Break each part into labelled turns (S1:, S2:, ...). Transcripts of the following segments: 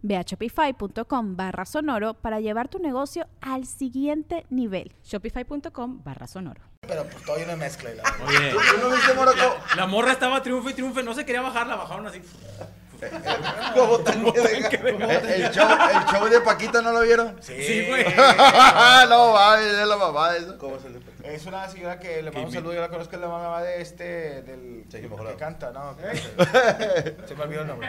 S1: Ve a shopify.com barra sonoro para llevar tu negocio al siguiente nivel.
S2: Shopify.com barra sonoro.
S3: Pero pues todavía no mezcla. y La... verdad.
S4: Oye,
S3: ¿Tú no viste Morocco?
S4: la morra estaba triunfe y triunfe, no se quería bajar, la bajaron así.
S3: Como tanque de gato. Eh, El show, el show de Paquita no lo vieron.
S4: Sí, güey.
S3: no, va, es la mamá de eso.
S5: Es una señora que le mando un saludo, yo la conozco, es la mamá de este, del
S3: Sí,
S5: del
S3: mejor
S5: que
S3: no.
S5: canta, ¿no? Se me olvidó el nombre.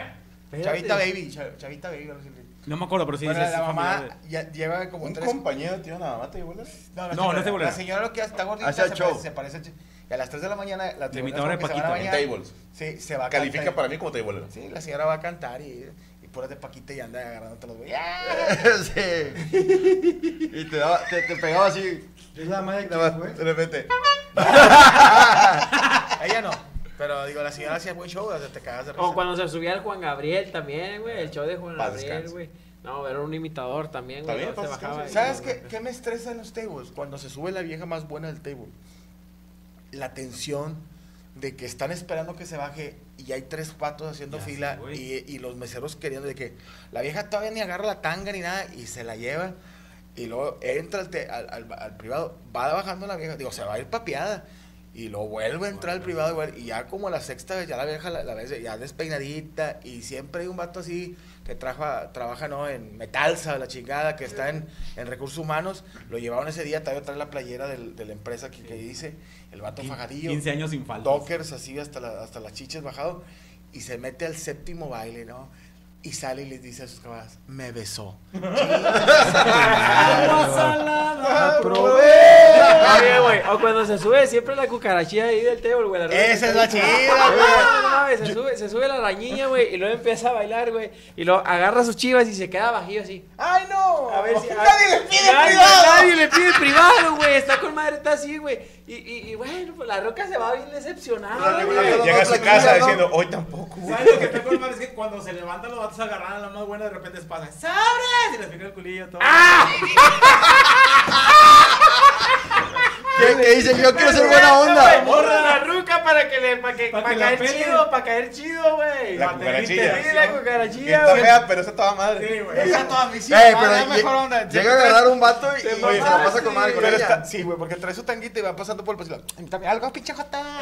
S5: Chavita Baby, Chav- Chavita Baby. algo así.
S4: No me acuerdo, pero sí,
S5: Bueno,
S4: sí, sí,
S5: la
S4: sí,
S5: mamá
S4: familiar
S5: ya lleva como
S3: Un
S5: tres...
S3: compañero tiene una mamá, ¿te igualas?
S4: No,
S5: se
S4: no te
S5: La
S4: burles.
S5: señora lo que hace, está gordita,
S3: Hace
S5: se
S3: show.
S5: parece, se parece a Ch- Y a las 3 de la mañana la tiburona
S4: imitadora de
S5: como que
S4: Paquita.
S5: Se van a
S3: En
S5: bañar.
S3: tables.
S5: Sí, se va a
S3: Califica
S5: cantar.
S3: para mí como te igualas.
S5: Sí, la señora va a cantar y, y puras de Paquita y anda agarrándote los güeyes.
S3: sí. Y te, daba, te, te pegaba así.
S6: Es la madre que
S3: Nada
S6: fue.
S3: más, de repente.
S5: Ella no. Pero digo, la señora hacía buen show, o sea, te cagas de risa.
S7: O cuando se subía el Juan Gabriel también, güey. El show de Juan
S3: Paz
S7: Gabriel,
S3: descanse.
S7: güey. No, era un imitador también, güey.
S3: También,
S7: luego se
S3: paz
S7: bajaba
S3: descanse.
S7: y-
S5: ¿Sabes qué, qué me estresa en los tables? Cuando se sube la vieja más buena del table. La tensión de que están esperando que se baje y hay tres patos haciendo
S4: Ya
S5: fila
S4: sé, güey.
S5: y, y los meseros queriendo de que la vieja todavía ni agarra la tanga ni nada y se la lleva. Y luego entra al, te- al, al- al privado, va bajando la vieja, digo, se va a ir papeada. Y lo vuelve a entrar al privado igual, y ya como a la sexta vez, ya la vieja la, la ves ya despeinadita y siempre hay un vato así que trabaja, trabaja no en metalsa, la chingada, que está en, en recursos humanos, lo llevaron ese día, todavía trae la playera del- de la empresa que, que dice, el vato
S4: Quin-
S5: fajadillo,
S4: 15 años sin falta.
S5: dockers así hasta, la- hasta las chichas bajado, y se mete al séptimo baile, ¿no? Y sale y les dice a sus camaradas, me besó. Ah,
S7: Oye, güey. O cuando se sube siempre la cucarachilla ahí del table, güey. la rueda
S5: Esa es la
S7: está ahí.
S5: chida, güey.
S7: No, no, no, Se sube, se sube la arañilla, güey. Y luego empieza a bailar, güey. Y luego agarra sus chivas y se queda bajillo así.
S5: ¡Ay, no!
S7: A ver si.
S5: ¡Nadie le pide
S7: Nadie-
S5: privado!
S7: Nadie le pide privado, güey. Está con madre, está así, güey. Y, y, y, bueno, pues la roca se va bien decepcionada, güey.
S3: Llega a su casa diciendo, hoy tampoco. güey".
S4: ¿Sabes lo que está con madre? Es que cuando se levantan los vatos agarran a la más buena, de repente se pasa. ¡Sabres! Y les pica el culillo todo.
S5: Ah.
S3: ¿Qué, ¿Qué dice? Yo quiero ser buena onda.
S7: Morra la ruca para que le para que,
S4: Pa'
S7: para
S4: que la
S7: caer
S4: pele.
S7: chido, para caer chido, güey.
S3: La
S7: Pa' tener
S3: cucarachilla.
S7: interacción. Sí, la cucarachilla,
S3: Está
S7: güey.
S3: fea, pero está toda madre.
S4: Sí, güey.
S5: Esa toda mi sí,
S3: Eh,
S5: va,
S3: pero
S5: la
S3: lle-
S5: mejor onda.
S3: llega a agarrar un vato y, y se lo
S7: mamaste.
S3: pasa con madre con
S5: Pero
S3: ella.
S5: está- sí, güey, porque trae su tanguita y va pasando por el pasillo. Invítame algo, pinche jota.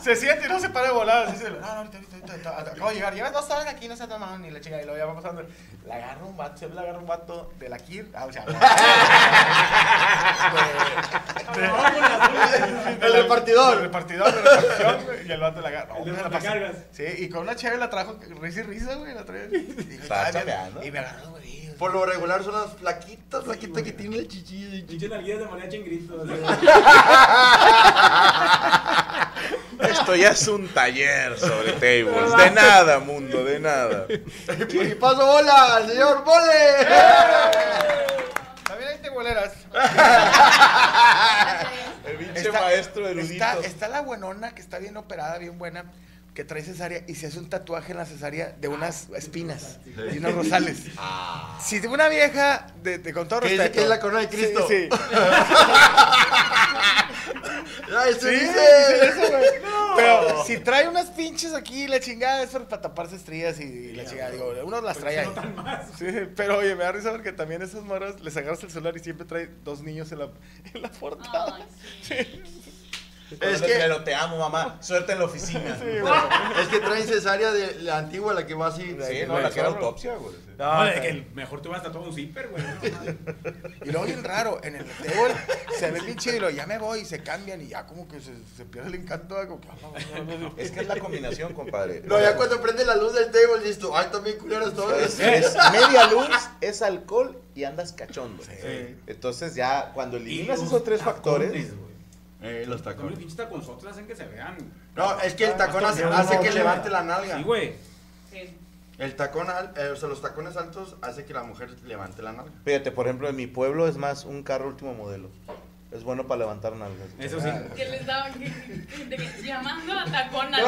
S5: se siente y no se para de volar. Así se no, no, ahorita, ahorita, ahorita, ahorita, Acabo de llegar. Llevas dos horas aquí, no se ha tomado ni la chica. Y luego ya va pasando. Le agarra un vato, siempre le agarra un vato de la Kir. Ah, o sea,
S3: El repartidor.
S5: El repartidor, el repartidor, güey, Y el vato la agarra.
S4: El de
S5: Oh, me la
S4: montacargas.
S5: pasé. Sí, y con una chévere la trajo risa y risa, güey. La trae. Digo,
S3: Estaba
S5: "Ah, bien".
S3: chambeando.
S5: Y me agarró, güey.
S3: Por lo regular son las flaquitas, flaquitas que tienen el chichi.
S4: Pinche nalguillas de María Chingrito.
S8: Esto ya es un taller sobre tables.
S7: De
S8: De nada, mundo, de nada.
S3: Y paso bola al señor Mole.
S5: ¡Eh! También hay teboleras.
S8: El pinche maestro
S5: está,
S8: erudito.
S5: está la buenona que está bien operada, bien buena, que trae cesárea y se hace un tatuaje en la cesárea de
S3: Ah,
S5: unas espinas y unos rosales. Si una vieja, de, de- con todo
S3: Que dice
S5: respeto.
S3: que es la corona de Cristo.
S5: Sí, sí.
S3: Ya, eso
S5: Sí,
S3: dice.
S5: eso, güey. Pero si trae unas pinches aquí, la chingada es para taparse estrías y, y la chingada. Digo, uno las trae ahí. Sí, pero oye, me da risa porque también esas morras les agarras el celular y siempre trae dos niños en la, en la portada. Sí.
S3: Es
S6: Es
S3: que-
S6: que lo te amo, mamá. Suerte en la oficina.
S3: Es que traen cesárea de la antigua, la que va así.
S6: Sí, no, la que era autopsia, güey.
S4: No,
S6: No,
S4: de que el mejor te vas a todo un zipper, güey. no mames.
S5: Y luego bien raro, en el table se ve bien chido y lo ya me voy y se cambian y ya como que se, se pierde el encanto. Como que, "Ah, no, no, no, no".
S6: Es que es la combinación, compadre.
S3: No, ya cuando prende la luz del table, listo. Ay, también culeros todos.
S6: Es, es media luz, es alcohol y andas cachondo.
S4: Sí.
S6: Entonces ya cuando eliminas
S4: los
S6: esos tres
S4: tacones,
S6: factores,
S4: güey.
S3: Eh, los
S4: También los pinches taconzotes hacen que se vean.
S3: No, es que el tacón hace,
S6: Ah, no,
S3: hace
S6: no,
S3: que
S6: no.
S3: levante la nalga.
S4: Sí, güey.
S3: El tacón, al- eh, o sea, los tacones altos hace que la mujer levante la nalga.
S6: fíjate, por ejemplo, en mi pueblo es más un carro último modelo. Es bueno para levantar nalgas.
S4: Eso sí.
S9: Que les daban que, que- de que- llamando a tacón al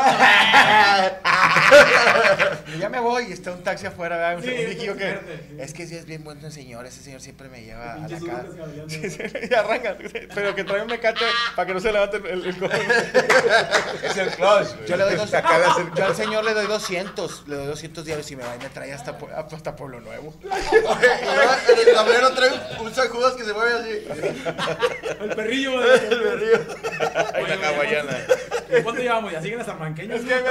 S5: Y ya me voy y está un taxi afuera, ¿verdad? Un
S4: Sí,
S5: segundillo
S4: es
S5: que-
S4: fuerte, sí.
S5: Es que sí es bien bueno el señor, ese señor siempre me lleva a la
S4: Pinches
S5: cara.
S4: unos desgañando.
S5: Sí, sí, y arranca, pero que trae un mecate para que no se levante el, el, el cojón.
S6: Es el clutch.
S5: Yo le doy dos,
S6: Se acaba de hacer
S5: yo al señor le doy 200, le doy 200 diarios y me va y me trae hasta, Pue- hasta Pueblo Nuevo.
S3: Y luego en el tablero trae un- un San Judas que se mueve así.
S4: El perrillo, güey.
S3: Me
S4: Oye,
S3: río.
S8: Una
S4: güey,
S8: hawaiana.
S4: ¿cuánto- ¿Cuánto llevamos? ¿Ya siguen las armanqueñas?
S5: Es que me,
S8: Hoy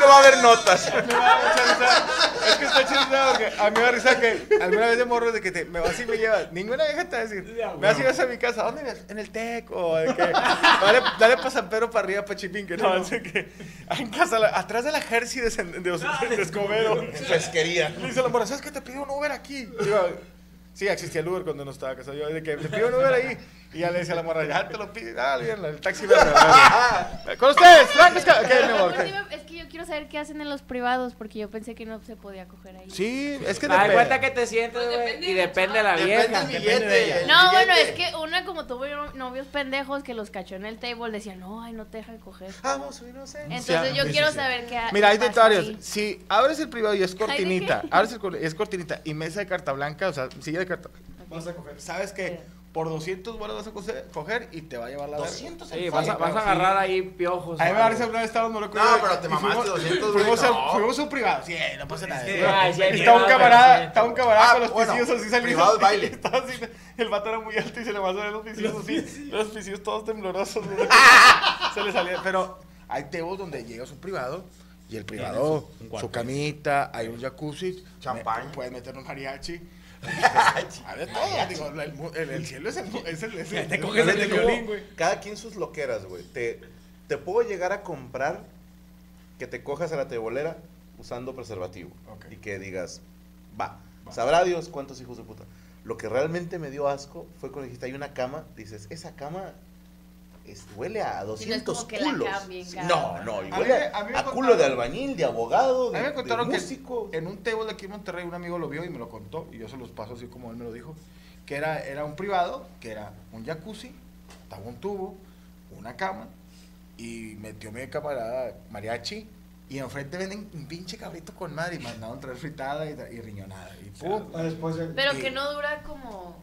S8: no va a haber notas.
S5: me va a echar risa. Es que está chido porque a mí me da risa que alguna vez de morro de que te, me vas y me llevas. Ninguna vieja te va a decir.
S4: Ya,
S5: me vas y
S4: bueno.
S5: vas a mi casa. ¿Dónde vas? En el TEC. O de que. Dale, dale para San Pedro para arriba, para Chipín. Que no, así que. En casa, la- atrás de la jersey de, San- de, de Escobedo.
S6: pesquería.
S5: Le dice la morra, ¿sabes qué? Te pido un Uber aquí. Digo, sí, existía el Uber cuando no estaba casado. Yo, de que te pido un Uber ahí. Y ya le decía a la morra, ya te lo pido. Ah, bien, el taxi verde. Con ustedes, Franco Esca- Ok, Pues, mi amor, ok.
S9: tacón. Es que yo quiero saber qué hacen en los privados porque yo pensé que no se podía coger ahí.
S5: Sí, es Ah, que
S7: Da cuenta
S5: depende.
S7: que te sientes,
S9: Pues
S7: güey.
S9: depende
S7: Y
S9: del
S7: depende de la
S3: Depende
S7: vieja.
S3: del billete. el
S9: No, bueno, es
S3: billete.
S9: que una como tuvo yo- novios pendejos que los cachó en el table decía, no, ay, no te dejan coger.
S6: Vamos, su inocencia.
S9: Entonces yo
S5: Ah, sí,
S9: quiero
S5: sí, sí.
S9: saber qué ha-
S5: Mira, hay
S9: qué pasa ahí.
S5: detalles. Si abres el privado y es
S9: Ay, ¿de
S5: cortinita,
S9: qué?
S5: abres el cor- y es cortinita y mesa de carta blanca, o sea, silla de carta. Vas a coger. ¿Sabes qué? Por 200 bolas vas a cose- coger y te va a llevar la verga.
S6: 200
S7: Sí, vas a,
S6: Sí,
S7: vas a
S6: pero
S7: agarrar ahí piojos.
S5: A mí me
S7: o
S5: da
S7: algo.
S5: risa, una vez estábamos en
S3: No, pero te mamaste 200, güey,
S5: Fuimos,
S3: no.
S5: a, fuimos a un privado. Sí, no pasa nada.
S4: que-
S5: güey.
S7: Ay, Ah, sí, hay
S5: Y estaba un
S7: privado,
S5: camarada,
S7: sí.
S5: estaba un camarada
S3: Ah,
S5: con los
S3: bueno,
S5: pisillos así saliendo.
S3: privado de baile.
S5: Estaba así, el vato era muy alto y se le pasaron los pisillos así. Los pisillos todos temblorosos. güey. se le salía, pero... Hay tebos donde llegas a un privado y el privado, su camita, hay un jacuzzi,
S3: Champaña.
S5: me- Puedes meter un mariachi. Hay de todo, digo, el, mu- el- el cielo es el, mu- es el, es el-
S4: Te coges el de
S6: Fíjate
S4: violín,
S6: cómo
S4: güey.
S6: Cada quien sus loqueras, güey. Te, te puedo llegar a comprar que te cojas a la tebolera usando preservativo.
S5: Ok.
S6: Y que digas, va, sabrá Dios cuántos hijos de puta. Lo que realmente me dio asco fue cuando dijiste, hay una cama, dices, esa cama es- huele a
S9: Y no es
S6: 200
S9: como que la
S6: culos.
S9: cambien
S6: Sí,
S9: cada-
S6: No, no, y
S5: A
S6: huele
S5: mí me-
S6: a,
S5: a mí me
S6: culo de
S5: contaron-
S6: albañil, de abogado, de,
S5: A mí me
S6: de
S5: contaron que
S6: músico.
S5: en un table de aquí en Monterrey un amigo lo vio y me lo contó y yo se los paso así como él me lo dijo, que era, era un privado, que era un jacuzzi, estaba un tubo, una cama y metió mi camarada mariachi y enfrente venden un pinche cabrito con madre y mandaron traer fritada y, y riñonada y pum.
S9: Pero
S5: Y-
S9: que no dura como...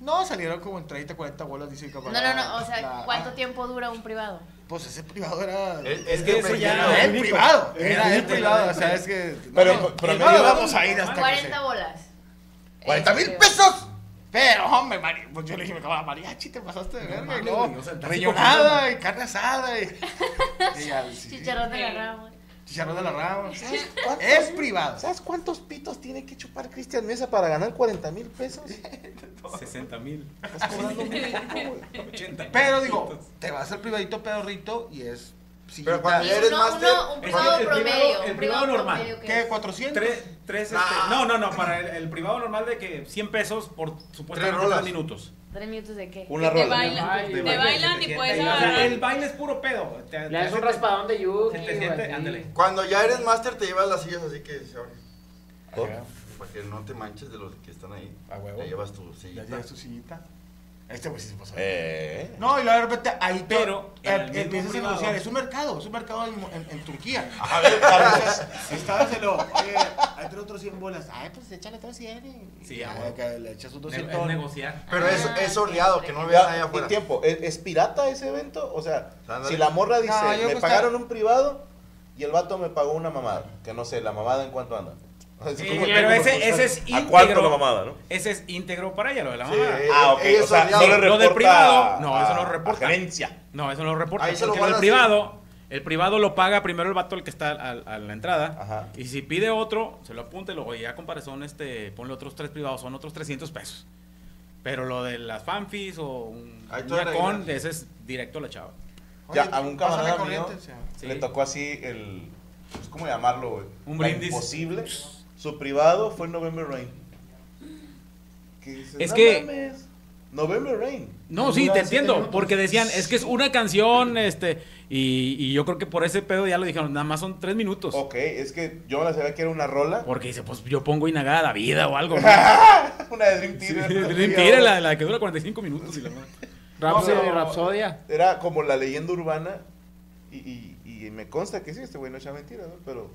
S5: No, salieron como en 30, 40 bolas, dice el
S9: No,
S5: camarada.
S9: no, no, o sea,
S5: La-
S9: ¿cuánto
S5: ah,
S9: tiempo dura un privado?
S5: Pues ese privado era...
S3: Es,
S4: Es que eso ya-
S5: era
S4: es
S5: el
S4: único.
S5: privado,
S4: Es
S5: era el
S4: único.
S5: privado, o sea, es que...
S6: Pero-
S5: no,
S6: pero
S5: no
S6: medio-
S5: vamos a ir hasta que se-
S9: 40 bolas.
S3: 40 mil
S9: Este,
S3: pesos.
S5: Pero, hombre, Mari, pues yo le dije, me cabrón, mariachi, te pasaste de verga. y
S4: mames,
S5: luego,
S4: güey, o sea, el tráfico
S5: riñonada y carne asada. Y, y ya, sí, sí.
S9: Chicharrón de la rama.
S5: Chicharrón de la rama.
S6: ¿Sabes cuántos-
S5: Es privado.
S6: ¿Sabes cuántos pitos tiene que chupar Cristian Mesa para ganar 40 mil pesos?
S4: 60 mil.
S6: Estás cobrando muy poco, güey.
S4: 80.
S5: Pero digo, te vas al privadito pedorrito y es. sillita.
S3: Pero cuando
S9: Y
S3: Eres
S9: uno,
S3: máster.
S9: uno, un
S4: Es
S9: privado
S4: que el privado-
S9: promedio.
S4: el
S9: un
S4: privado normal.
S9: promedio que
S5: ¿Qué?
S9: es-
S5: ¿400?
S4: Tres, tres, este, no, no, no, para el, el privado normal de que 100 pesos por
S3: Tres
S4: supuestamente
S3: rolas.
S4: 3 minutos.
S9: ¿Tres minutos de qué?
S6: Una
S10: Te
S6: rola.
S10: bailan,
S7: Te
S10: te
S7: bailan,
S10: bailan
S4: Se
S10: y
S4: te
S10: puedes
S4: siente- o sea,
S10: agarrar.
S4: el baile es puro pedo. Te-
S7: Le das
S4: te-
S7: un raspadón de yuki.
S4: Se te siente,
S7: güey,
S4: ándale.
S3: Cuando ya eres máster te llevas las sillas así que se abren.
S6: ¿Por?
S3: Para que no te manches de los que están ahí.
S5: A huevo.
S3: Te llevas tu
S5: Ya
S3: sillita.
S5: llega su sillita. Este güey sí se pasó.
S6: Eh.
S5: No, y luego de repente ahí te-
S4: Pero,
S5: eh,
S4: en el mismo
S5: empiezas a
S4: privado.
S5: negociar. Es un mercado, es un mercado en, en- en Turquía.
S3: A ver, para
S5: Estabas en lo. Eh, ahí trae otros 100 bolas. Ay, pues échale otros 100. y-
S4: Sí,
S5: y
S4: a
S5: ya,
S4: huevo.
S5: que le echas un
S4: Es
S5: 200.
S4: negociar.
S3: Pero es, es horneado, que no lo vean
S6: Ya,
S3: ahí afuera.
S6: y tiempo, ¿es, es pirata ese evento? O sea,
S3: Ándale.
S6: si la morra dice,
S5: No, yo
S6: me
S5: gusta-
S6: pagaron un privado y el vato me pagó una mamada, que no sé, la mamada en cuánto anda. Así
S4: Sí,
S6: como
S4: Eh, pero
S6: tengo
S4: ese, ese es
S8: ¿A
S6: pues,
S4: íntegro.
S8: cuánto la mamada, no?
S4: Ese es íntegro para ella, lo de la
S5: Sí,
S4: mamada.
S5: eh,
S8: Ah, ok.
S5: ella
S8: O sea,
S5: es
S8: no
S5: odiada.
S8: le reporta.
S4: Lo del privado, no, eso no
S8: a- a
S4: reporta.
S8: gerencia.
S4: No, eso no lo reporta.
S5: Ahí se lo
S4: porque
S5: van
S4: el
S5: a
S4: privado, el privado lo paga primero el vato el que está al- a, la entrada.
S6: Ajá.
S4: Y si pide otro, se lo apunta y luego oye, ya comparación, este, ponle otros tres privados, son otros 300 pesos. Pero lo de las fanfis o un
S5: Ahí tú
S4: una
S5: arreglas.
S4: con, ese es directo a la chava.
S5: Oye,
S6: Ya, a
S5: pásame
S6: un camarada mío
S5: corriente, o sea.
S4: Sí.
S6: le tocó así el. pues, ¿Cómo llamarlo, güey?
S4: Un
S6: La
S4: brindis.
S6: Imposible. Su privado fue November Rain. Que dices,
S4: Es
S6: "No
S4: que-
S6: mames, November Rain.
S4: No,
S6: Dura
S4: sí, te
S6: siete
S4: entiendo,
S6: minutos.
S4: porque decían, es que es una canción, este, y, y yo creo que por ese pedo ya lo dijeron, nada más son tres minutos.
S6: Ok, es que yo me la sabía que era una rola.
S4: Porque dice, pues yo pongo inagada la vida o algo. ¿no?
S6: Una de Dream
S4: Sí,
S6: Theater.
S4: Dream Theater, la, la que dura 45 minutos. Y la madre.
S5: No,
S7: Rhapsody,
S5: pero-
S7: Rapsodia.
S6: Era como la leyenda urbana. Y, y- y me consta que sí, este güey no echa mentira, ¿no? Pero.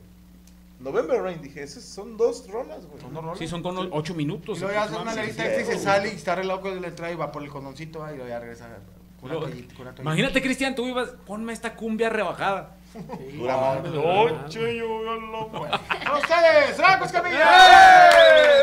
S6: November Rain, dije, esas son dos rolas, güey.
S5: Son dos rolas.
S4: Sí, son con 8 minutos.
S5: Y luego ya hace una
S4: aproximadamente.
S5: levita extra y se sale y está re loco el letra y va por el condoncito va, y luego ya regresa con una
S4: Luego-
S5: toallita. con una toallita.
S4: Imagínate, Cristian, tú ibas, ponme esta cumbia rebajada.
S6: Dura más.
S5: Noche loco. ¡Con ustedes! ¡Racos
S6: ¡Eh!
S5: Camilla!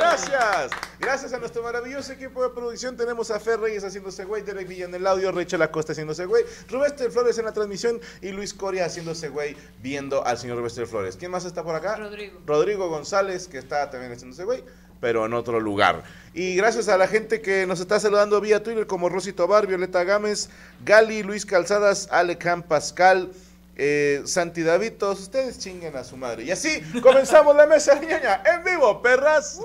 S6: Gracias. Gracias a nuestro maravilloso equipo de producción. Tenemos a Fer Reyes haciéndose güey, Derek Villa en el audio, Rachel Acosta haciéndose güey, Roberto Flores en la transmisión y Luis Coria haciéndose güey viendo al señor Roberto Flores. ¿Quién más está por acá?
S9: Rodrigo.
S6: Rodrigo González, que está también haciéndose güey, pero en otro lugar. Y gracias a la gente que nos está saludando vía Twitter, como Rosy Tobar, Violeta Gámez, Gali, Luis Calzadas, Aleján Pascal, eh, Santi Davitos. Ustedes chinguen a su madre. Y así comenzamos la mesa ñoña en vivo, perras.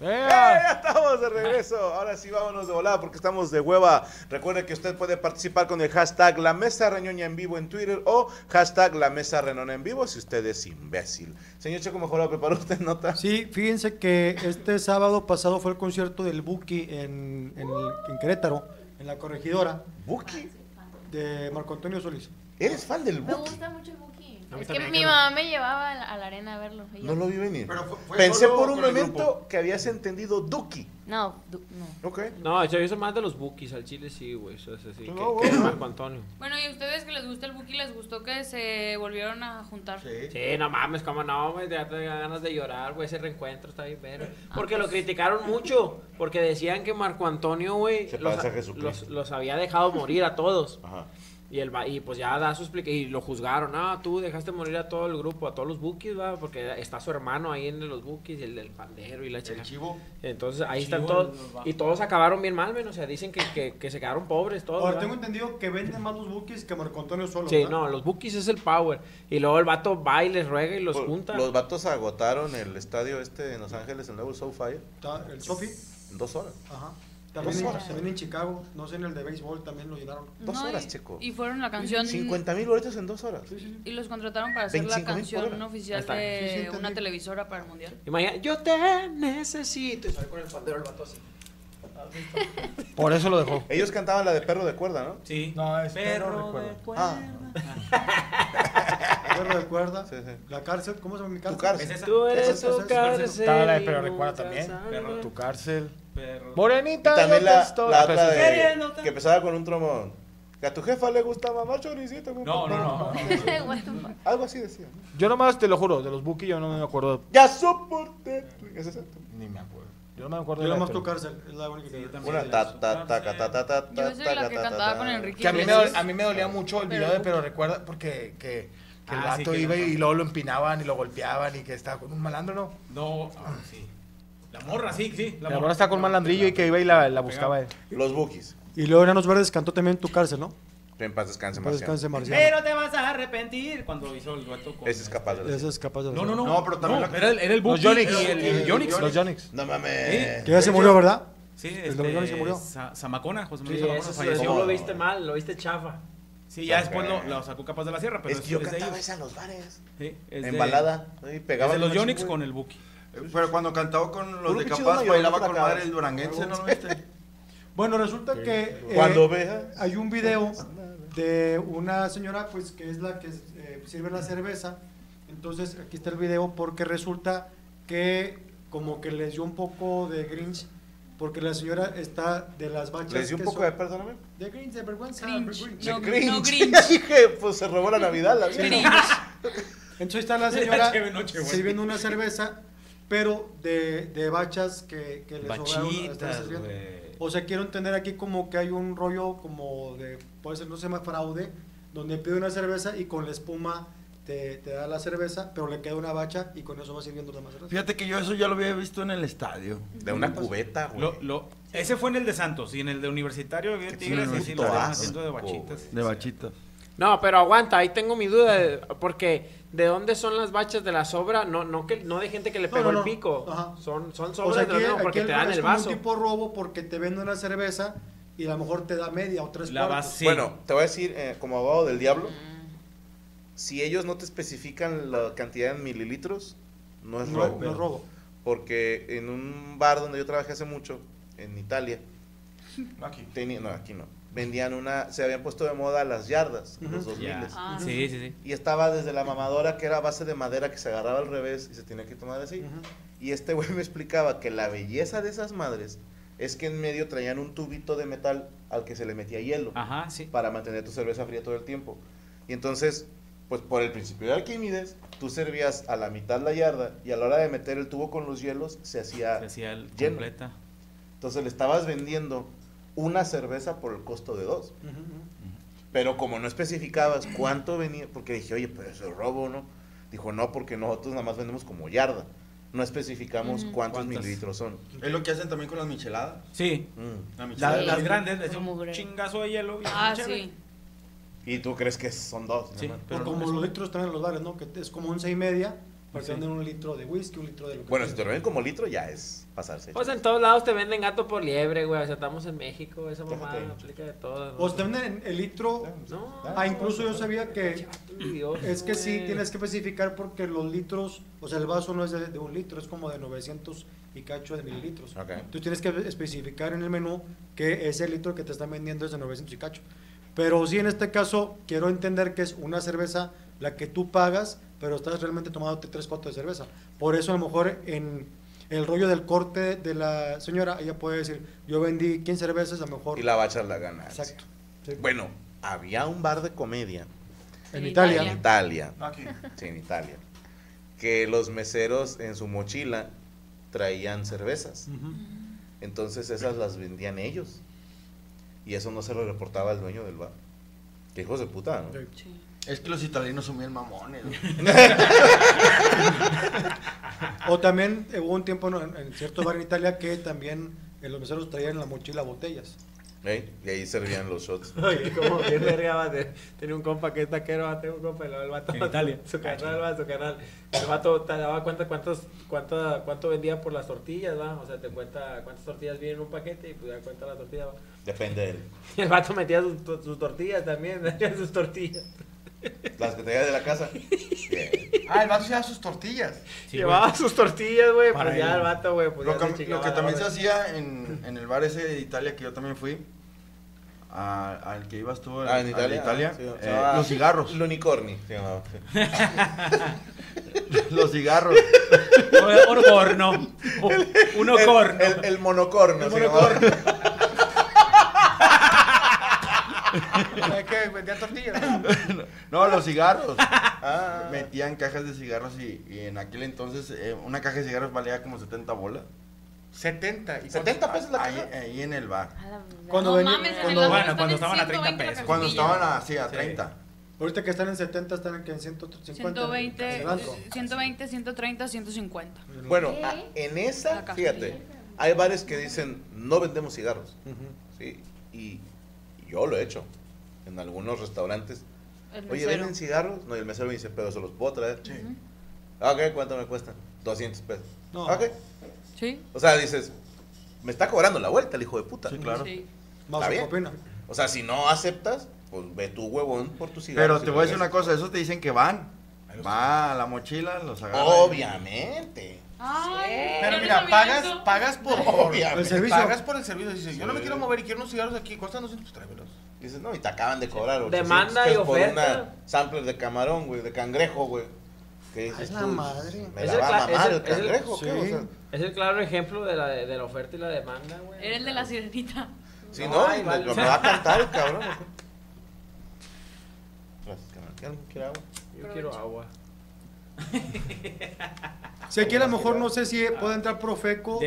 S6: ¡Eh, ya estamos de regreso. Ahora sí, vámonos de volada porque estamos de hueva. Recuerde que usted puede participar con el hashtag La Mesa Reñoña en Vivo en Twitter o hashtag La Mesa Renona en Vivo si usted es imbécil. Señor Checo Mejorado, ¿preparó usted nota?
S10: Sí, fíjense que este sábado pasado fue el concierto del Buki en, en, el- en Querétaro, en la corregidora
S6: ¿Buki?
S10: de Marco Antonio Solís.
S6: ¿Eres fan del
S9: Me
S6: Buki?
S9: gusta mucho el Buki.
S7: A mí
S9: Es que
S7: también,
S9: mi
S7: claro.
S9: mamá me llevaba a la, a la arena a verlo. y yo-
S6: No lo vi venir.
S5: Pero fue- fue
S6: Pensé
S5: solo
S6: por un
S5: con el
S6: momento
S5: grupo.
S6: que habías entendido Duki.
S9: No, du- no.
S6: Ok.
S7: No, yo soy más de los bookies, al chile sí, güey. Eso es así.
S6: No,
S7: que-
S6: güey.
S7: que Marco Antonio.
S11: Bueno, ¿y a ustedes que les gusta el Buki les gustó que se volvieron a juntar?
S7: Sí, no mames, como no, güey, ya te dan ganas de llorar, güey, ese reencuentro está bien verga. Porque lo criticaron mucho, porque decían que Marco Antonio, güey,
S6: Se
S7: los,
S6: parece a Jesucristo.
S7: los- los había dejado morir a todos.
S6: Ajá.
S7: Y, el, va- y pues ya da sus y lo juzgaron, ah, tú dejaste morir a todo el grupo, a todos los bookies, ¿verdad? Porque está su hermano ahí en los bookies, y el del pandero y la chica.
S5: El chivo.
S7: Entonces ahí están
S4: Chivo,
S7: todos,
S4: los va-
S7: y todos acabaron bien mal, men, o sea, dicen que, que, que se quedaron pobres todos.
S10: Ahora
S7: ¿verdad?
S10: tengo entendido que venden más los Bukis que Marco Antonio solo.
S7: Sí,
S10: ¿verdad?
S7: no, los bookies es el power. Y luego el vato va y les ruega y los
S6: Por-
S7: junta.
S6: Pues, Los vatos agotaron el estadio este en Los Ángeles, el nuevo SoFi,
S10: Está el Sofi,
S6: en dos horas.
S10: ajá. También,
S6: Dos
S10: en,
S6: horas.
S10: también en Chicago, no sé, en el de béisbol también lo llenaron.
S6: Dos horas,
S11: y,
S6: Checo.
S11: Y fueron la canción.
S6: 50 mil boletos en dos horas.
S11: Y los contrataron para hacer la
S6: 25,000 por
S11: canción
S6: hora.
S11: oficial
S7: Ahí
S10: está. Sí, sí,
S11: de
S10: entendí.
S11: una televisora para el mundial.
S7: Imagina, yo te necesito. Y sale con el pandero el vato así.
S10: Por eso lo dejó.
S6: Ellos cantaban la de perro de cuerda, ¿no?
S4: Sí.
S10: No, es
S4: Perro
S10: perro de
S4: de
S10: cuerda.
S6: Ah.
S5: perro de cuerda. La cárcel, ¿cómo se llama mi cárcel?
S12: cárcel.
S5: Esa-
S12: Tú
S5: esa-
S12: eres
S5: esa-
S12: tu
S5: esa- esa-
S12: cárcel.
S5: Estaba la de-
S12: pero recuerda también.
S5: salga.
S12: Tu cárcel.
S4: Perro.
S12: Morenita,
S6: Y también
S12: yo te
S6: la,
S12: estoy
S5: Ah,
S6: la
S5: pues,
S6: otra de,
S12: queriéndote.
S6: que empezaba con un tromón. Que a tu jefa le gusta mamar choricito.
S12: no,
S6: No,
S13: no.
S6: Algo así decía. ¿no?
S12: Yo nomás te lo juro, de los Buki yo no me acuerdo.
S6: Ya soporté. ¿Es esa?
S12: Ni me acuerdo. Yo no me acuerdo.
S5: Yo
S12: de la
S5: nomás
S12: letra.
S5: tu cárcel, es la única que
S12: también
S6: Una
S12: de
S6: ta ta ta ta ta ta ta
S12: Yo
S6: ta
S12: soy la
S6: ta,
S12: que
S6: ta,
S12: cantaba
S6: ta,
S12: con
S6: ta.
S12: Enrique
S14: Que a mí, me,
S12: Iglesias.
S14: dol- a mí me dolía mucho el
S12: Pero
S14: video de
S12: Buki.
S14: Pero recuerda, porque que, que el
S4: Ah, sí,
S14: vato
S4: que
S14: iba
S4: lo-
S14: y luego lo empinaban y lo golpeaban y que estaba con un malandro, ¿no?
S4: No, ah, sí. La morra, sí, sí. La
S12: La
S4: morra
S12: morra está con malandrillo y que iba y la, la buscaba él.
S6: Los Bukis.
S5: Y luego Enanos Verdes cantó también tu cárcel, ¿no?
S6: En paz descanse,
S5: En paz
S6: Marciano.
S5: Pues descanse, Marciano.
S4: Pero te vas a arrepentir cuando hizo el dueto con.
S6: Ese es capaz de
S5: Ese es capaz de
S4: No, no, no.
S6: No, pero también
S4: No,
S6: la-
S4: era el, era el
S6: Los
S4: Buki
S6: Yonix.
S4: y el, el
S6: Eh,
S4: Yonix.
S6: Yonix. Los
S12: Yonix.
S6: No mames.
S5: Que ya se murió, ¿verdad?
S4: Sí, este,
S5: El de los Yonix se murió.
S4: Sa- Zamacona, José
S7: Sí,
S4: Manuel Zamacona
S7: eso
S4: falleció.
S7: sí, lo viste mal, lo viste chafa.
S4: Sí, ya después lo, lo sacó Capaz de la Sierra, pero
S6: Es que yo
S4: de
S6: cantaba
S4: ellos.
S6: esa en los bares.
S4: Sí, es
S6: En
S4: de-
S6: balada. Ahí pegaba
S4: es de los
S6: el machín,
S4: Yonix
S6: güey.
S4: con el Buki.
S3: Eh, Pero cuando cantaba con los
S6: Puro
S3: de
S6: pinche
S3: Capaz,
S6: Don Mayor,
S3: bailaba
S6: no te
S3: con
S6: la
S3: madre
S6: acabas.
S3: el duranguense, ¿no lo viste?
S5: Bueno, resulta que eh,
S6: Cuando veas-
S5: hay un video de una señora pues que es la que eh, sirve la cerveza. Entonces, aquí está el video porque resulta que como que les dio un poco de Grinch porque la señora está de las bachas
S6: ¿Les dio un
S5: que
S6: poco
S5: son-
S6: de perdóname?
S5: de Grinch, de vergüenza,
S11: Grinch.
S5: vergüenza.
S11: No,
S6: De cringe.
S11: no cringe.
S6: Dije, pues se robó la Navidad la
S11: Cringe.
S6: vieja.
S5: Entonces ahí está la señora
S4: Chévere, no, chévere.
S5: sirviendo una cerveza, pero de, de bachas que, que le sobraron.
S4: Bachitas,
S5: están sirviendo.
S4: güey.
S5: O sea, quiero entender aquí como que hay un rollo como de, puede ser, no se llama fraude, donde pide una cerveza y con la espuma te, te da la cerveza, pero le queda una bacha y con eso va sirviendo la más cerveza.
S3: Fíjate que yo eso ya lo había visto en el estadio.
S6: De una cubeta, güey.
S4: Lo- lo- ese fue en el de Santos y en el de Universitario había Tigres y sí lo
S3: puto
S4: estaban
S3: asco,
S4: haciendo de bachitas.
S3: De bachitas.
S7: No, pero aguanta, ahí tengo mi duda, de- porque ¿de dónde son las bachas de la sobra? No, no, que, no de gente que le
S5: No,
S7: pegó
S5: no, no.
S7: el pico.
S5: Ajá.
S7: Son, son sobras
S5: O sea,
S7: de
S5: aquí,
S7: lo mismo
S5: aquí
S7: porque
S5: el-
S7: te dan
S5: es
S7: el
S5: como
S7: vaso.
S5: un tipo robo porque te venden una cerveza y a lo mejor te da media o tres
S4: La
S5: cuartos.
S4: vas- sí.
S6: Bueno, te voy a decir, eh, como abogado del diablo, si ellos no te especifican la cantidad en mililitros, no es
S5: No,
S6: robo.
S5: no es robo.
S6: Porque en un bar donde yo trabajé hace mucho, en Italia,
S14: Aquí.
S6: tenía- no, aquí no, vendían una, se habían puesto de moda las yardas en los
S5: Ujú.
S6: 2000.
S4: Ah,
S11: Ujú.
S4: Sí, sí, sí.
S6: Y estaba desde la mamadora que era a base de madera que se agarraba al revés y se tenía que tomar así.
S5: Ujú.
S6: Y este güey me explicaba que la belleza de esas madres es que en medio traían un tubito de metal al que se le metía hielo
S4: Ajá, sí.
S6: para mantener tu cerveza fría todo el tiempo. Y entonces, pues por el principio de Arquímedes, tú servías a la mitad la yarda y a la hora de meter el tubo con los hielos se hacía...
S4: Se hacía el
S6: Ah, Lleno.
S4: completa.
S6: Entonces le estabas vendiendo una cerveza por el costo de dos.
S5: Ujú, ujú.
S6: Pero como no especificabas cuánto venía, porque dije, oye, pero eso es robo, ¿no? Dijo, no, porque nosotros nada más vendemos como yarda. No especificamos
S11: Ujú.
S6: cuántos
S4: ¿Cuántas?
S6: mililitros son.
S3: Es lo que hacen también con las micheladas.
S4: Sí.
S6: Mm.
S3: La
S4: La-
S3: michelada.
S13: Sí.
S4: las grandes le hacían un
S13: Mugre.
S4: chingazo de hielo. y
S11: Ah,
S4: chévere.
S11: sí.
S6: Y tú crees que son dos.
S4: Sí,
S6: nada más.
S4: pero
S5: o como
S4: no-
S5: los litros traen en los bares, ¿no? Que es como once y media, para
S4: Sí.
S5: que venden un litro de whisky, un litro de lo que
S6: Bueno, si
S5: sea.
S6: te lo ven como litro, ya es pasarse.
S7: Pues en todos lados te venden gato por liebre, güey. O sea, estamos en México, esa mamada
S6: Déjate.
S7: aplica de todo.
S5: O te venden el litro.
S7: No.
S5: Ah, incluso yo sabía que
S7: Dios,
S5: es que sí
S7: güey.
S5: tienes que especificar porque los litros, o sea, el vaso no es de, de un litro, es como de 900 y cacho de mililitros.
S6: Ok.
S5: Tú tienes que especificar en el menú que ese litro que te están vendiendo es de 900 y cacho. Pero sí, en este caso, quiero entender que es una cerveza la que tú pagas, pero estás realmente tomándote tres cuartos de cerveza. Por eso, a lo mejor, en el rollo del corte de la señora, ella puede decir, yo vendí 15 cervezas, a lo mejor...
S6: Y la bacha la ganancia.
S5: Exacto. Sí.
S6: Bueno, había un bar de comedia
S5: en
S11: En
S5: Italia.
S6: en Italia.
S3: Aquí.
S6: Sí, en Italia. Que los meseros en su mochila traían cervezas.
S5: Ujú.
S6: Entonces esas las vendían ellos. Y eso no se lo reportaba al dueño del bar. Qué hijos de puta, ¿no?
S5: Sí.
S3: Es que los italianos son bien mamones. güey.
S5: O también eh, hubo un tiempo en, en cierto bar en Italia que también eh, los meseros traían en la mochila botellas.
S6: ¿Eh? Y ahí servían los shots.
S7: Oye, como bien verga, va, te- tenía un compa que es taquero, va, tengo un compa, y luego el vato.
S4: En Italia.
S7: Su canal, va, su canal. El vato te daba cuenta cuántas, cuánta, cuánto vendía por las tortillas, va. O sea, te cuenta cuántas tortillas vienen en un paquete y pues da cuenta la tortilla, va.
S6: Depende del-
S7: Y el vato metía sus, to- sus tortillas también, metía sus tortillas.
S6: Las que traías de la casa. Bien.
S3: Ah, el vaso se da sus tortillas.
S4: Sí,
S7: Llevaba
S4: güey.
S7: sus tortillas, güey,
S4: Para
S7: pues ya
S4: él.
S7: el vato, güey, pues
S3: Lo
S7: ya
S3: que,
S7: se chingaba
S3: lo que
S7: la
S3: también se
S7: hora.
S3: hacía en, en el bar ese de Italia que yo también fui, a- al que ibas tú
S6: Ah, en
S3: al-
S6: Italia,
S3: a Italia
S6: ah, sí,
S3: eh,
S6: se llamaba-
S3: los cigarros.
S6: Lunicorni se llamaba.
S3: los cigarros.
S4: Orcorno. Uno corno.
S6: El, el monocorno.
S4: El
S6: se llamaba.
S15: ¿Qué? ¿Vendía tortillas?
S3: No, los cigarros.
S6: Ah.
S3: Metían cajas de cigarros y, y en aquel entonces eh, una caja de cigarros valía como 70 bolas.
S5: 70 y
S3: 70 pesos la caja. Ahí en el bar.
S15: Cuando No veni- mames, en el bar
S4: cuando estaban a 30 pesos.
S3: Cuando estaban así a 30.
S15: Ahorita que están en 70, están en, que en 150.
S11: 120,
S15: en blanco.
S11: 120, 130, 150.
S6: Bueno, a- en esa, fíjate, hay bares que dicen no vendemos cigarros. ¿sí? Y yo lo he hecho en algunos restaurantes.
S11: El
S6: Oye,
S11: mesero.
S6: ¿venden cigarros? No, y el mesero me dice, pero se los puedo traer. Ah, Ok, ¿cuánto me cuestan? 200 pesos.
S11: No.
S6: Ah, Ok.
S11: Sí.
S6: O sea, dices, me está cobrando la vuelta el hijo de puta.
S3: Sí, claro.
S15: eh,
S3: Sí.
S6: Está
S3: su
S6: bien. O sea, si no aceptas, pues ve tu huevón por tu cigarro.
S3: Pero te voy a decir una cosa, esos te dicen que van. Va a la mochila, los agarra.
S6: Obviamente.
S5: Pero
S11: yo
S5: mira,
S11: no sabía
S5: pagas,
S11: eso.
S5: pagas por
S6: Obviamente.
S5: el servicio. pues, Pagas por el servicio. Dices, yo no me
S6: Sí.
S5: quiero mover y quiero unos cigarros aquí, cuestan 200, tráemelos.
S6: Dices, no, y te acaban de cobrar. 800
S7: Demanda y
S6: pesos por
S7: oferta.
S6: una sampler de camarón, güey, de cangrejo, güey. ¿Qué dices
S7: la
S6: tú?
S7: madre.
S6: Me la va a
S7: cla-
S6: mamar
S7: es
S6: el
S7: es
S6: cangrejo, ¿qué? O
S7: sí.
S6: sea,
S7: Es el claro ejemplo de la, de la oferta y la demanda, güey.
S11: Era el de la sirenita.
S6: si no,
S7: ay,
S6: me,
S7: vale.
S6: me va a cantar el cabrón. ¿o qué? Gracias, carnal. ¿Qué alguien quiere agua?
S7: Yo quiero agua.
S15: Si aquí a lo mejor no sé si puede entrar Profeco.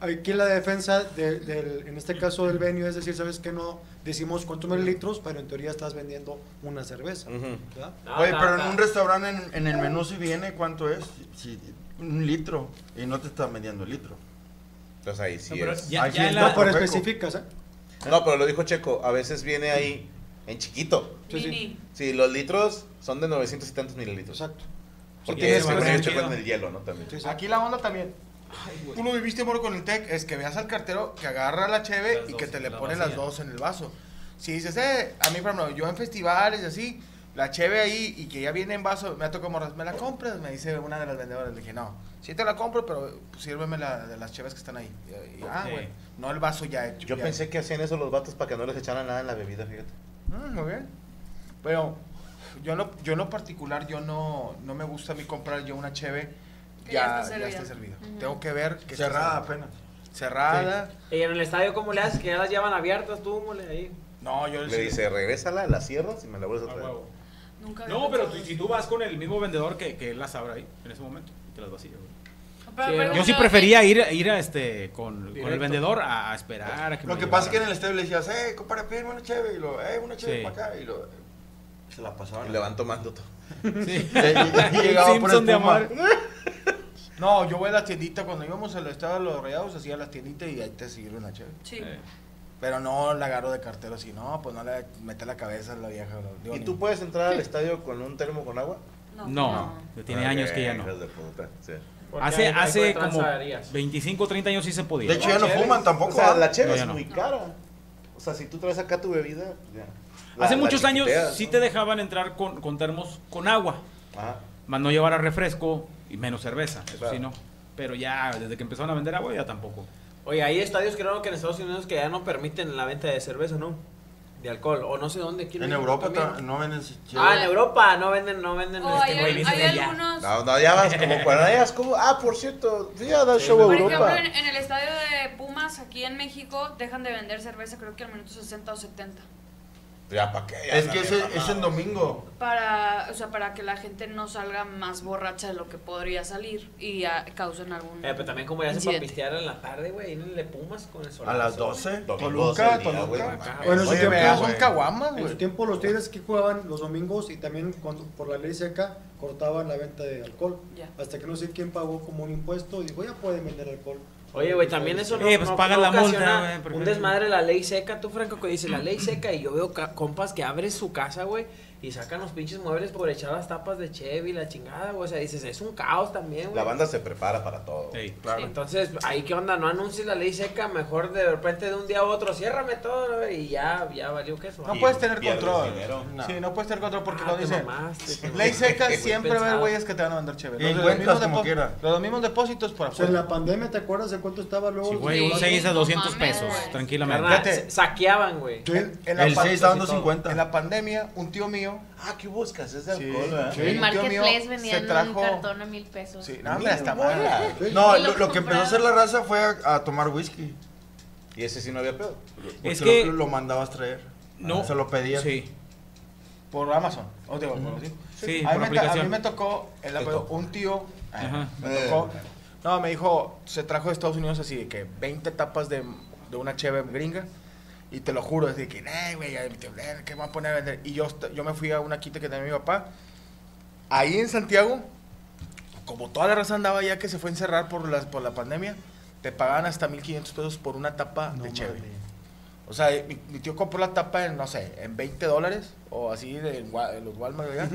S15: Aquí la defensa de- del, en este caso del venio es decir, sabes que no decimos cuántos mililitros, pero en teoría estás vendiendo una cerveza. ¿verdad?
S3: Oye, pero en un restaurante en, en el menú si viene, ¿cuánto es? Si- un litro. Y no te están vendiendo el litro.
S6: Entonces ahí sí
S3: No, pero
S6: es.
S3: ya- Ahí ya sí en está la-
S15: Pero
S6: Perfecto.
S15: especificas, ¿eh?
S6: No, pero lo dijo Checo, a veces viene ahí en chiquito.
S15: Sí, sí.
S11: Mini.
S6: Sí, los litros son de 900 y tantos mililitros.
S15: Exacto.
S5: Sí,
S6: Porque es
S5: sí,
S6: que
S5: sí,
S6: ponen
S5: sí.
S6: Checo en el hielo, ¿no? También.
S5: Aquí la onda también. Tú lo viviste, amor, con el tech. Es que veas al cartero que agarra la cheve y que te le pone las dos en el vaso. Si dices, eh, a mí, por ejemplo, yo en festivales y así, la cheve ahí y que ya viene en vaso, me ha tocado morras, ¿me la compras? Me dice una de las vendedoras. Le dije, no, sí te la compro, pero pues, sírveme la de las cheves que están ahí. Y- y, ah,
S6: Ok.
S5: güey, no el vaso ya hecho.
S6: Yo pensé que hacían eso los vatos para que no les echaran nada en la bebida, fíjate.
S5: Mm, muy bien. Pero yo en lo, yo en lo particular, yo no, no me gusta a mí comprar yo una cheve
S7: Que ya
S5: ya,
S7: esté
S5: ya
S7: servida.
S5: esté servida.
S7: Ujú.
S5: Tengo que ver que esté
S7: Cerrada
S5: servida. Cerrada.
S7: Sí. Y en el estadio, ¿cómo le haces? Que ya las llevan abiertas tú, mole, ahí.
S5: No, yo
S6: Le dice, regrésala, la cierras y me la vuelves a traer.
S11: Nunca había
S4: No, pero
S11: pensado.
S4: tú- si tú vas con el mismo vendedor que, que él las abra ahí en ese momento, te las vacía, güey.
S11: Pero- eh, pero
S4: Yo sí
S11: como-
S4: prefería ir, ir a este, con, con el
S3: Directo.
S4: vendedor a, a esperar a que
S3: Lo
S4: me
S3: que pasa es que en
S4: llevaran.
S3: el estadio le decías, eh, compadre, pídeme una chévere. Y lo, eh, una chévere
S4: Sí.
S3: para acá. Y lo, se la pasaban.
S6: Y le van tomando todo.
S4: Sí.
S3: Y, y- y llegaba por el
S5: No, yo voy a las tienditas. Cuando íbamos al estado de los rayados, hacía las tienditas y ahí te sirven la chévere.
S11: Sí. Eh.
S5: Pero no la agarro de cartero así. No, pues no le mete la cabeza a la vieja. no, digo,
S6: ¿Y
S5: ni-
S6: tú puedes entrar al estadio con un termo con agua?
S4: No, No. no, tiene años que ya no.
S6: Hijas de puta, sí.
S4: Hace,
S6: Porque ahí- ahí
S4: hace
S6: fue
S4: como
S6: tranzarías.
S4: 25 o 30 años sí se podía.
S3: De hecho, ya no
S6: Chévere.
S3: fuman tampoco.
S6: O sea,
S3: ¿ah?
S6: la cheve
S4: No, ya
S6: es
S4: no.
S6: muy cara. O sea, si tú traes acá tu bebida, pues ya. La-
S4: Hace
S6: la
S4: muchos años
S6: chiquiteas,
S4: sí
S6: ¿no?
S4: te dejaban entrar con, con termos con agua. Más no llevara refresco y menos cerveza. Eso sí, no. Pero ya, desde que empezaron a vender agua, ya tampoco.
S7: Oye, hay estadios creo que en Estados Unidos que ya no permiten la venta de cerveza, ¿no? De alcohol, o no sé dónde. aquí
S3: En
S7: México
S3: Europa
S7: también,
S3: ta- no venden.
S7: Ah, en Europa no venden, no venden. este,
S11: O Oh, hay- hay algunos-
S6: No, no, ya vas como cuando ya vas como. Ah, por cierto, fui a dar show a
S11: Por ejemplo,
S6: Europa.
S11: en, en el estadio de Pumas, aquí en México, dejan de vender cerveza creo que al minuto 60 o 70.
S6: Ya, ¿para qué?
S3: Es que ese- es en domingo.
S11: Para, o sea, para que la gente no salga más borracha de lo que podría salir y ah, causen algún...
S7: Eh, pero también como ya se para
S11: incidente.
S7: pistear en la tarde, güey, en el de Pumas con el sol.
S3: A las 12.
S15: Toluca, Toluca. Bueno, en su tiempo- En su
S7: güey.
S15: tiempo los tigres que jugaban los domingos y también cuando por la ley seca cortaban la venta de alcohol.
S11: Ya.
S5: Pues
S15: Hasta que no sé quién pagó como un impuesto y dijo, ya pueden vender alcohol.
S7: Oye, güey, también eso no,
S15: Eh,
S7: no-
S15: pagan la
S7: no
S15: multa,
S7: ocasiona
S15: güey, por
S7: un
S15: ejemplo.
S7: desmadre la ley seca. Tú, Franco, que dices la ley seca y yo veo ca- compas que abres su casa, güey, Y sacan los pinches muebles por echar las tapas de Chevy, la chingada, güey. O sea, dices, es un caos también, güey.
S6: La banda se prepara para todo.
S7: Sí, Entonces, ahí qué onda, no anuncies la ley seca, mejor de repente de un día a otro, ciérrame todo ¿no? y ya, ya valió queso.
S5: No puedes tener control. Sí, no puedes tener control porque
S7: Ah,
S5: lo
S7: te
S5: dice.
S7: mamaste, te
S5: Ley seca
S7: mamaste.
S5: siempre va a haber güeyes que te van a vender chévere.
S16: Y
S5: Los,
S16: cuentas
S5: mismos
S16: como
S5: depó-
S16: quiera.
S5: los mismos depósitos por
S16: O sea, en
S5: afuera.
S16: la pandemia, ¿te acuerdas de cuánto estaba luego?
S4: Sí, güey, un 6 a 200 pesos, tranquilamente.
S7: Carnal, se- saqueaban, güey.
S5: En la pan- En la pandemia, un tío mío. Ah, ¿qué buscas? Es de alcohol,
S11: En Marketplace vendían un cartón a mil pesos.
S5: Sí, no, hombre, hasta mal.
S3: No,
S11: Y
S3: lo,
S11: los
S3: lo que empezó a hacer la raza fue a, a tomar whisky.
S6: Y ese sí no había pedo.
S3: es
S4: Es
S3: que
S4: que-
S3: lo, lo mandabas traer.
S4: No.
S3: Se lo pedías.
S4: Sí.
S5: Por Amazon. O digo, por sí.
S4: Sí,
S5: a, mí me, ta-
S4: por
S5: a
S4: aplicación.
S5: mí me tocó el apellido, un tío. eh,
S4: Ajá.
S5: Me tocó. No, me dijo, se trajo de Estados Unidos así de que 20 tapas de, de una cheve gringa. Y te lo juro, así de que, "Nah, güey, ya, mi tío, nah, ¿qué me voy a poner a vender? Y yo, est- yo me fui a una quita que tenía mi papá. Ahí en Santiago, como toda la raza andaba ya que se fue a encerrar por la, por la pandemia, te pagaban hasta 1500 pesos por una tapa de cheve. O sea, mi, mi tío compró la tapa en, no sé, en 20 dólares o así de, en Wa- en los Walmart, ¿verdad?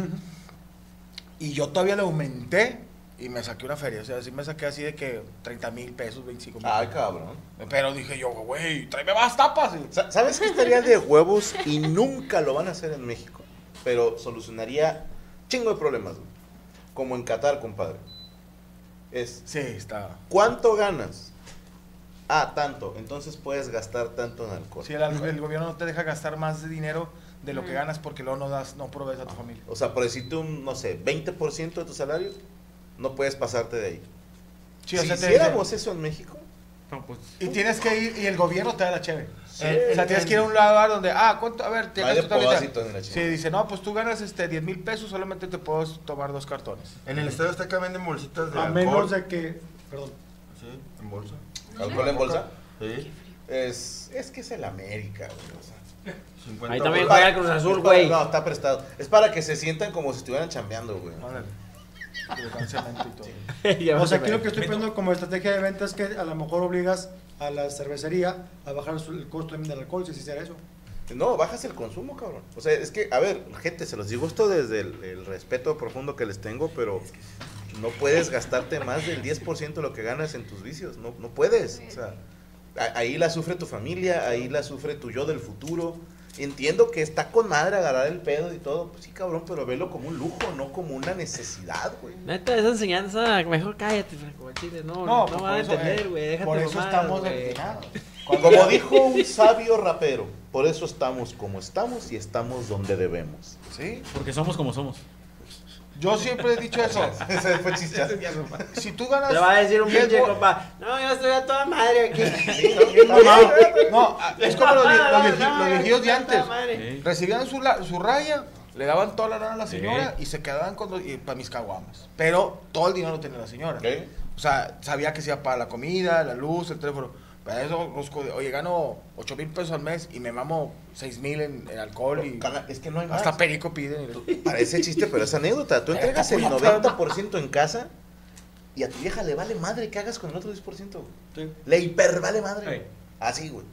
S5: Y yo todavía le aumenté y me saqué una feria. O sea, sí me saqué así de que 30 mil pesos, 25 mil.
S6: Ay, cabrón.
S5: Pero dije yo, güey, tráeme más tapas.
S6: Sa- ¿Sabes qué estaría de huevos y nunca lo van a hacer en México? Pero solucionaría chingo de problemas, güey. Como en Qatar, compadre. Es.
S5: Sí, está.
S6: ¿Cuánto ganas? Ah, tanto. Entonces puedes gastar tanto en alcohol.
S5: Si el, al- el gobierno no te deja gastar más de dinero de lo que ganas porque luego no das, no provees a tu familia.
S6: O sea, por decirte un, no sé, 20% de tu salario, no puedes pasarte de ahí.
S5: Sí, o
S6: si
S5: sea, te-
S6: hiciéramos eso en México,
S4: pues,
S5: Y tienes que ir, y el gobierno te da la cheve.
S6: Sí.
S5: Eh, o sea, tienes que ir a un lugar donde, ah, ¿cuánto? A ver, te
S6: No hay de
S5: gasto ahorita.
S6: pobacito en la
S5: Sí,
S6: chingada.
S5: dice, no, pues tú ganas este 10 mil pesos, solamente te puedo tomar dos cartones.
S3: En el estadio Azteca venden bolsitas de
S16: A menos de que. Perdón.
S3: Sí, en bolsa.
S6: ¿Alcohol en bolsa?
S3: Sí.
S6: Es, es que es el América, güey. o sea.
S3: 50
S7: Ahí también
S3: bolas.
S7: juega el Cruz
S6: Es
S7: Azul,
S6: para-
S7: güey.
S6: No, está prestado. Es para que se sientan como si estuvieran chambeando, güey.
S16: O sea, aquí lo que estoy poniendo como estrategia de venta es que a lo mejor obligas a la cervecería a bajar su- el costo también del alcohol si se hiciera eso.
S6: No, bajas el consumo, cabrón. O sea, es que, a ver, gente, se los digo esto desde el, el respeto profundo que les tengo, pero no puedes gastarte más del 10% de lo que ganas en tus vicios. No, no puedes. O sea, a- ahí la sufre tu familia, ahí la sufre tu yo del futuro. Entiendo que está con madre agarrar el pedo y todo. Pues sí, cabrón, pero velo como un lujo, no como una necesidad, güey.
S7: Neta, esa enseñanza, mejor cállate, Franco, al chile, no, no,
S6: No,
S7: no
S6: pues,
S7: van a
S6: por eso,
S7: entender,
S6: eh,
S7: güey, déjate
S6: por eso
S7: mamadas,
S6: estamos
S7: güey.
S5: ah,
S6: empinados. Como dijo un sabio rapero, por eso estamos como estamos y estamos donde debemos.
S5: Sí.
S4: Porque somos como somos.
S5: Yo siempre he dicho eso.
S6: Ese fue chistazo.
S5: si tú ganas.
S7: Te va a decir un
S5: 10
S7: pinche
S5: bo-
S7: compa, no, yo estoy a toda madre aquí.
S5: No, no, no, ah, es como los, vie- los vieji- los viejitos de antes. Recibían su, la- su raya, le daban toda la lana a la señora y se quedaban con los- y para mis caguamas. Pero todo el dinero lo tenía la señora. O sea, sabía que se iba para la comida, la luz, el teléfono. Para eso, Rosco, de, oye, gano 8 mil pesos al mes y me mamo 6 mil en, en alcohol. Y
S6: es que no hay más.
S5: Hasta perico piden.
S6: Parece chiste, pero es anécdota. Tú entregas el 90% en casa y a tu vieja le vale madre que hagas con el otro 10%. güey. Le hiper vale madre. güey. Así, güey.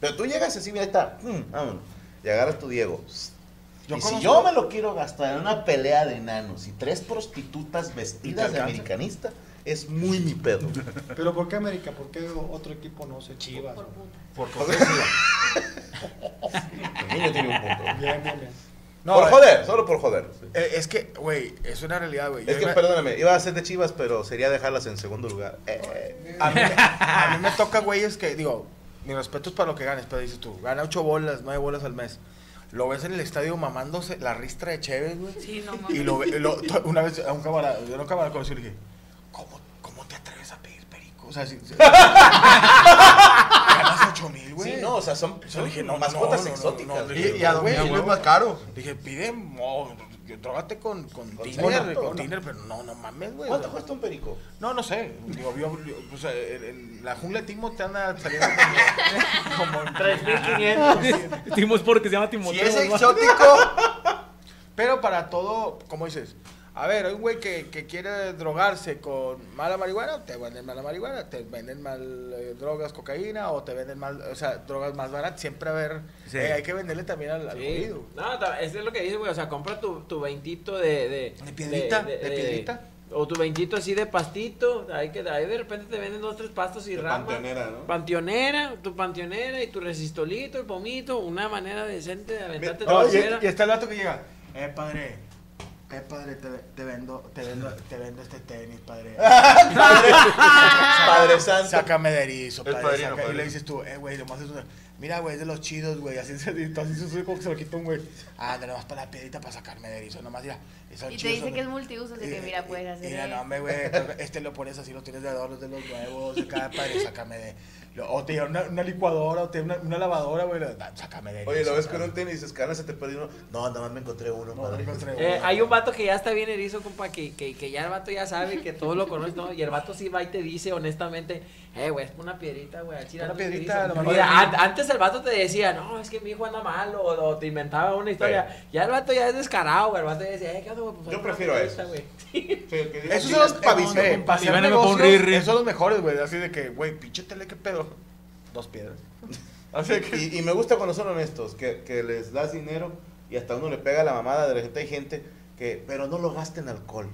S6: Pero tú llegas así, mira, ahí está. Mm, vámonos. Y agarras tu Diego. y si
S5: conozco-
S6: yo me lo quiero gastar en una pelea de enanos y tres prostitutas vestidas de
S16: alcanza?
S6: americanista, es muy mi pedo.
S16: Pero ¿por qué América? ¿Por qué o- otro equipo no se chivas? Por puta.
S6: Por El niño tiene un punto.
S16: Bien, bien, bien.
S6: por joder, solo por joder.
S5: Eh, es que, güey, es una realidad, güey.
S6: Es
S5: Yo
S6: que,
S5: me-
S6: perdóname, iba a ser de Chivas, pero sería dejarlas en segundo lugar. Eh, eh.
S5: A mí, me- a mí me toca, güey, es que, digo, mi respeto es para lo que ganes, pero dices tú, gana ocho bolas, nueve bolas al mes. Lo ves en el estadio mamándose la ristra de Chévez, güey.
S17: Sí, no mames.
S5: Y lo, ve- lo- to- una vez a un camarada, yo a un camarada conocí y le dije, ¿cómo, ¿cómo te atreves a pedir perico? O sea, si, si- ganas ocho mil, güey.
S6: Sí, no, o sea, son,
S5: Yo
S6: son
S5: dije, no,
S6: mascotas
S5: no, no,
S6: exóticas.
S5: no, no, dije, no, güey, a huevo. Dije, pide, mo- yo trógate con, con, Tinder,
S6: Senato,
S5: con
S6: ¿no?
S5: Tinder, pero no, no mames, güey.
S6: ¿Cuánto
S5: O sea,
S6: cuesta un perico?
S5: no, no sé. Digo, yo- yo- o sea, en- en la jungla de Timo te anda saliendo como, como en
S4: 3.500. Timo es porque se llama Timoteo.
S5: Si es
S4: ¿no?
S5: exótico. Pero para todo, como dices,
S4: A ver, hay un güey que, que quiere drogarse con mala marihuana, te venden mala marihuana, te venden mal eh, drogas, cocaína, o te venden mal, o sea, drogas más baratas. Siempre a ver,
S7: Sí.
S4: eh, hay que venderle también al, al
S7: Sí.
S4: jodido.
S7: No, ta- es lo que dice, güey. O sea, compra tu, tu veintito de, de. ¿De
S4: piedrita? ¿De piedrita?
S7: o tu veintito así de pastito. Ahí, que, ahí de repente te venden dos, tres pastos y
S3: De
S7: ramas.
S3: panteonera, ¿no?
S7: Panteonera, tu panteonera y tu resistolito, el pomito. Una manera decente de aventarte
S5: Oh,
S7: tu
S5: y,
S7: pera.
S5: y está el vato que llega. Eh, padre. Eh, padre, te, te vendo, te vendo, te vendo este tenis, padre.
S4: Padre- Padre
S5: santo. Sácame de erizo,
S4: El
S5: padre.
S4: padrino,
S5: saca- Y
S4: padre.
S5: le dices tú, eh, güey, lo más es una- Mira, güey, es de los chidos, güey. Así se así, se- como que se lo quita un güey. Ah, te lo vas para la piedrita para sacarme de erizo. Nomás mira, son
S11: Y te
S5: chidos,
S11: dice
S5: son-
S11: que es multiuso, así que
S5: Eh,
S11: mira, puedes hacer
S5: Mira, no,
S11: esto.
S5: hombre, güey, este lo pones así, lo tienes de adorno de los huevos, de cada padre, sácame de... lo- o te llevan una, una licuadora, o te llevan una, una lavadora, güey, lo- da- sácame de...
S6: Oye, lo ves con
S5: sácame.
S6: un tenis, escala, se te perdió uno. No, nada más me encontré uno, padre.
S7: Eh, hay un vato que ya está bien erizo, compa, que, que, que ya el vato ya sabe que todo lo conoce, ¿no? Y el vato sí va y te dice honestamente, eh, güey, es una piedrita, güey, al chile
S5: Una
S7: ando bien
S5: piedrita,
S7: erizo".
S5: lo mejor
S7: Mira,
S5: de mí.
S7: an- antes el vato te decía, no, es que mi hijo anda mal, o, o te inventaba una historia. Ya el vato ya es descarado, güey, el vato ya decía, eh, ¿qué onda, güey? Pues,
S5: Yo
S7: una
S5: prefiero
S7: piedrita, güey".
S5: Esos son los pavisos,
S4: eh,
S5: compa,
S4: y
S5: hacer
S4: véndeme por un
S5: negocios,
S4: rirri.
S5: Esos son los mejores, güey. Así de que, güey, pinche tele, qué pedo. Dos piedras.
S6: y, y me gusta cuando son honestos, que, que les das dinero y hasta uno le pega la mamada de la gente. Hay gente que, pero no lo gasten en alcohol.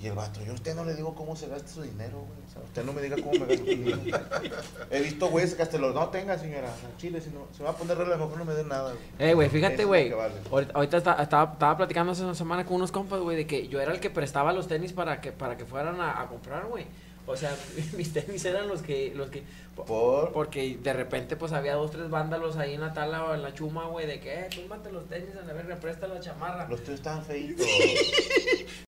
S6: Y el vato, yo a usted no le digo cómo se gasta su dinero, güey. O sea, usted no me diga cómo me gasto mi dinero. He visto güeyes que hasta los no tenga, señora. al Chile, si no, se va a poner regla, mejor no me den nada, güey.
S7: Eh, güey,
S6: Eso
S7: fíjate,
S6: es lo
S7: güey.
S6: que vale.
S7: Ahorita, ahorita esta- estaba, estaba platicando hace una semana con unos compas, güey, de que yo era el que prestaba los tenis para que, para que fueran a, a comprar, güey. O sea, mis tenis eran los que, los que.
S6: ¿Por?
S7: Porque de repente, pues había dos, tres vándalos ahí en la tala o en la chuma, güey, de que, eh, túmbate los tenis, a la verga, presta la chamarra.
S6: Los tuyos estaban feitos.